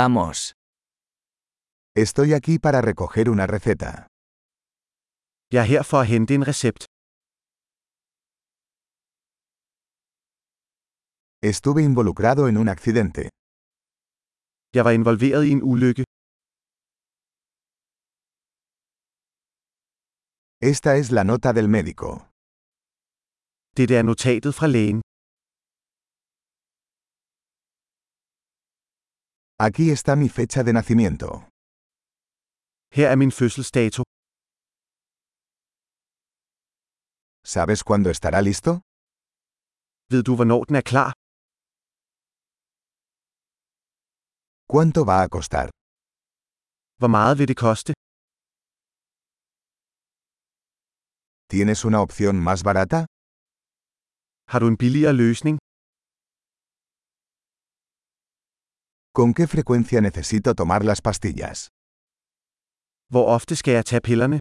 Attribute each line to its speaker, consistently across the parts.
Speaker 1: Vamos.
Speaker 2: Estoy aquí para recoger una receta.
Speaker 3: Jeg er her for at hente en recept.
Speaker 2: Estuve involucrado en un accidente.
Speaker 3: Jeg var involveret i en ulykke.
Speaker 2: Esta es la nota del médico.
Speaker 3: Dette er notatet fra lægen.
Speaker 2: Aquí está mi fecha de nacimiento.
Speaker 3: Her er min fødselsdato.
Speaker 2: ¿Sabes cuándo estará listo?
Speaker 3: Ved du, hvornår den er klar?
Speaker 2: ¿Cuánto va a costar?
Speaker 3: Hvor meget vil det koste?
Speaker 2: ¿Tienes una opción más barata?
Speaker 3: Har du en billigere løsning?
Speaker 2: ¿Con qué frecuencia necesito tomar las pastillas?
Speaker 3: Hvor ofte skal jeg tage pillerne?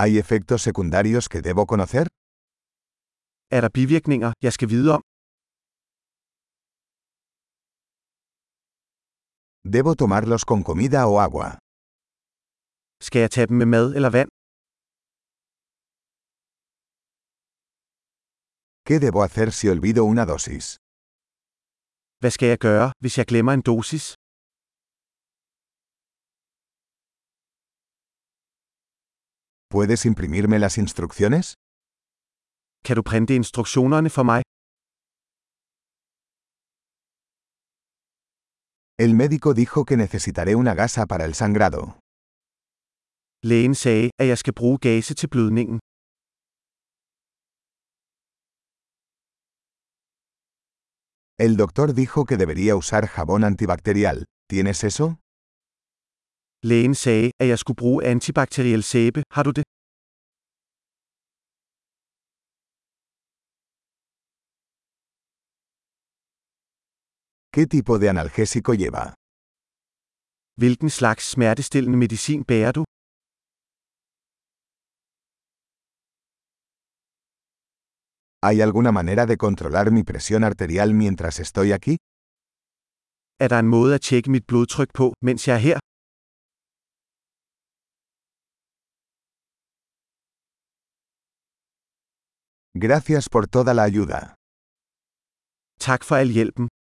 Speaker 2: ¿Hay efectos secundarios que debo conocer?
Speaker 3: Er der bivirkninger, jeg skal vide om?
Speaker 2: ¿Debo tomarlos con comida o agua?
Speaker 3: Skal jeg tage dem med mad eller vand?
Speaker 2: ¿Qué debo hacer si olvido una dosis?
Speaker 3: Hvad skal jeg gøre, hvis jeg glemmer en dosis?
Speaker 2: ¿Puedes imprimirme las instrucciones?
Speaker 3: Kan du printe instruktionerne for mig?
Speaker 2: El médico dijo que necesitaré una gasa para el sangrado.
Speaker 3: Lægen sagde, at jeg skal bruge gase til blødningen.
Speaker 2: El doctor dijo que debería usar jabón antibacterial. ¿Tienes eso?
Speaker 3: Lægen sagde, at jeg skulle bruge antibakteriel sæbe. Har du det?
Speaker 2: ¿Qué tipo de analgésico lleva?
Speaker 3: Hvilken slags smertestillende medicin bærer du?
Speaker 2: ¿Hay alguna manera de controlar mi presión arterial mientras estoy aquí?
Speaker 3: Er der en måde at tjekke mit blodtryk på, mens jeg er her?
Speaker 2: Gracias por toda la ayuda.
Speaker 3: Tak for al hjælpen.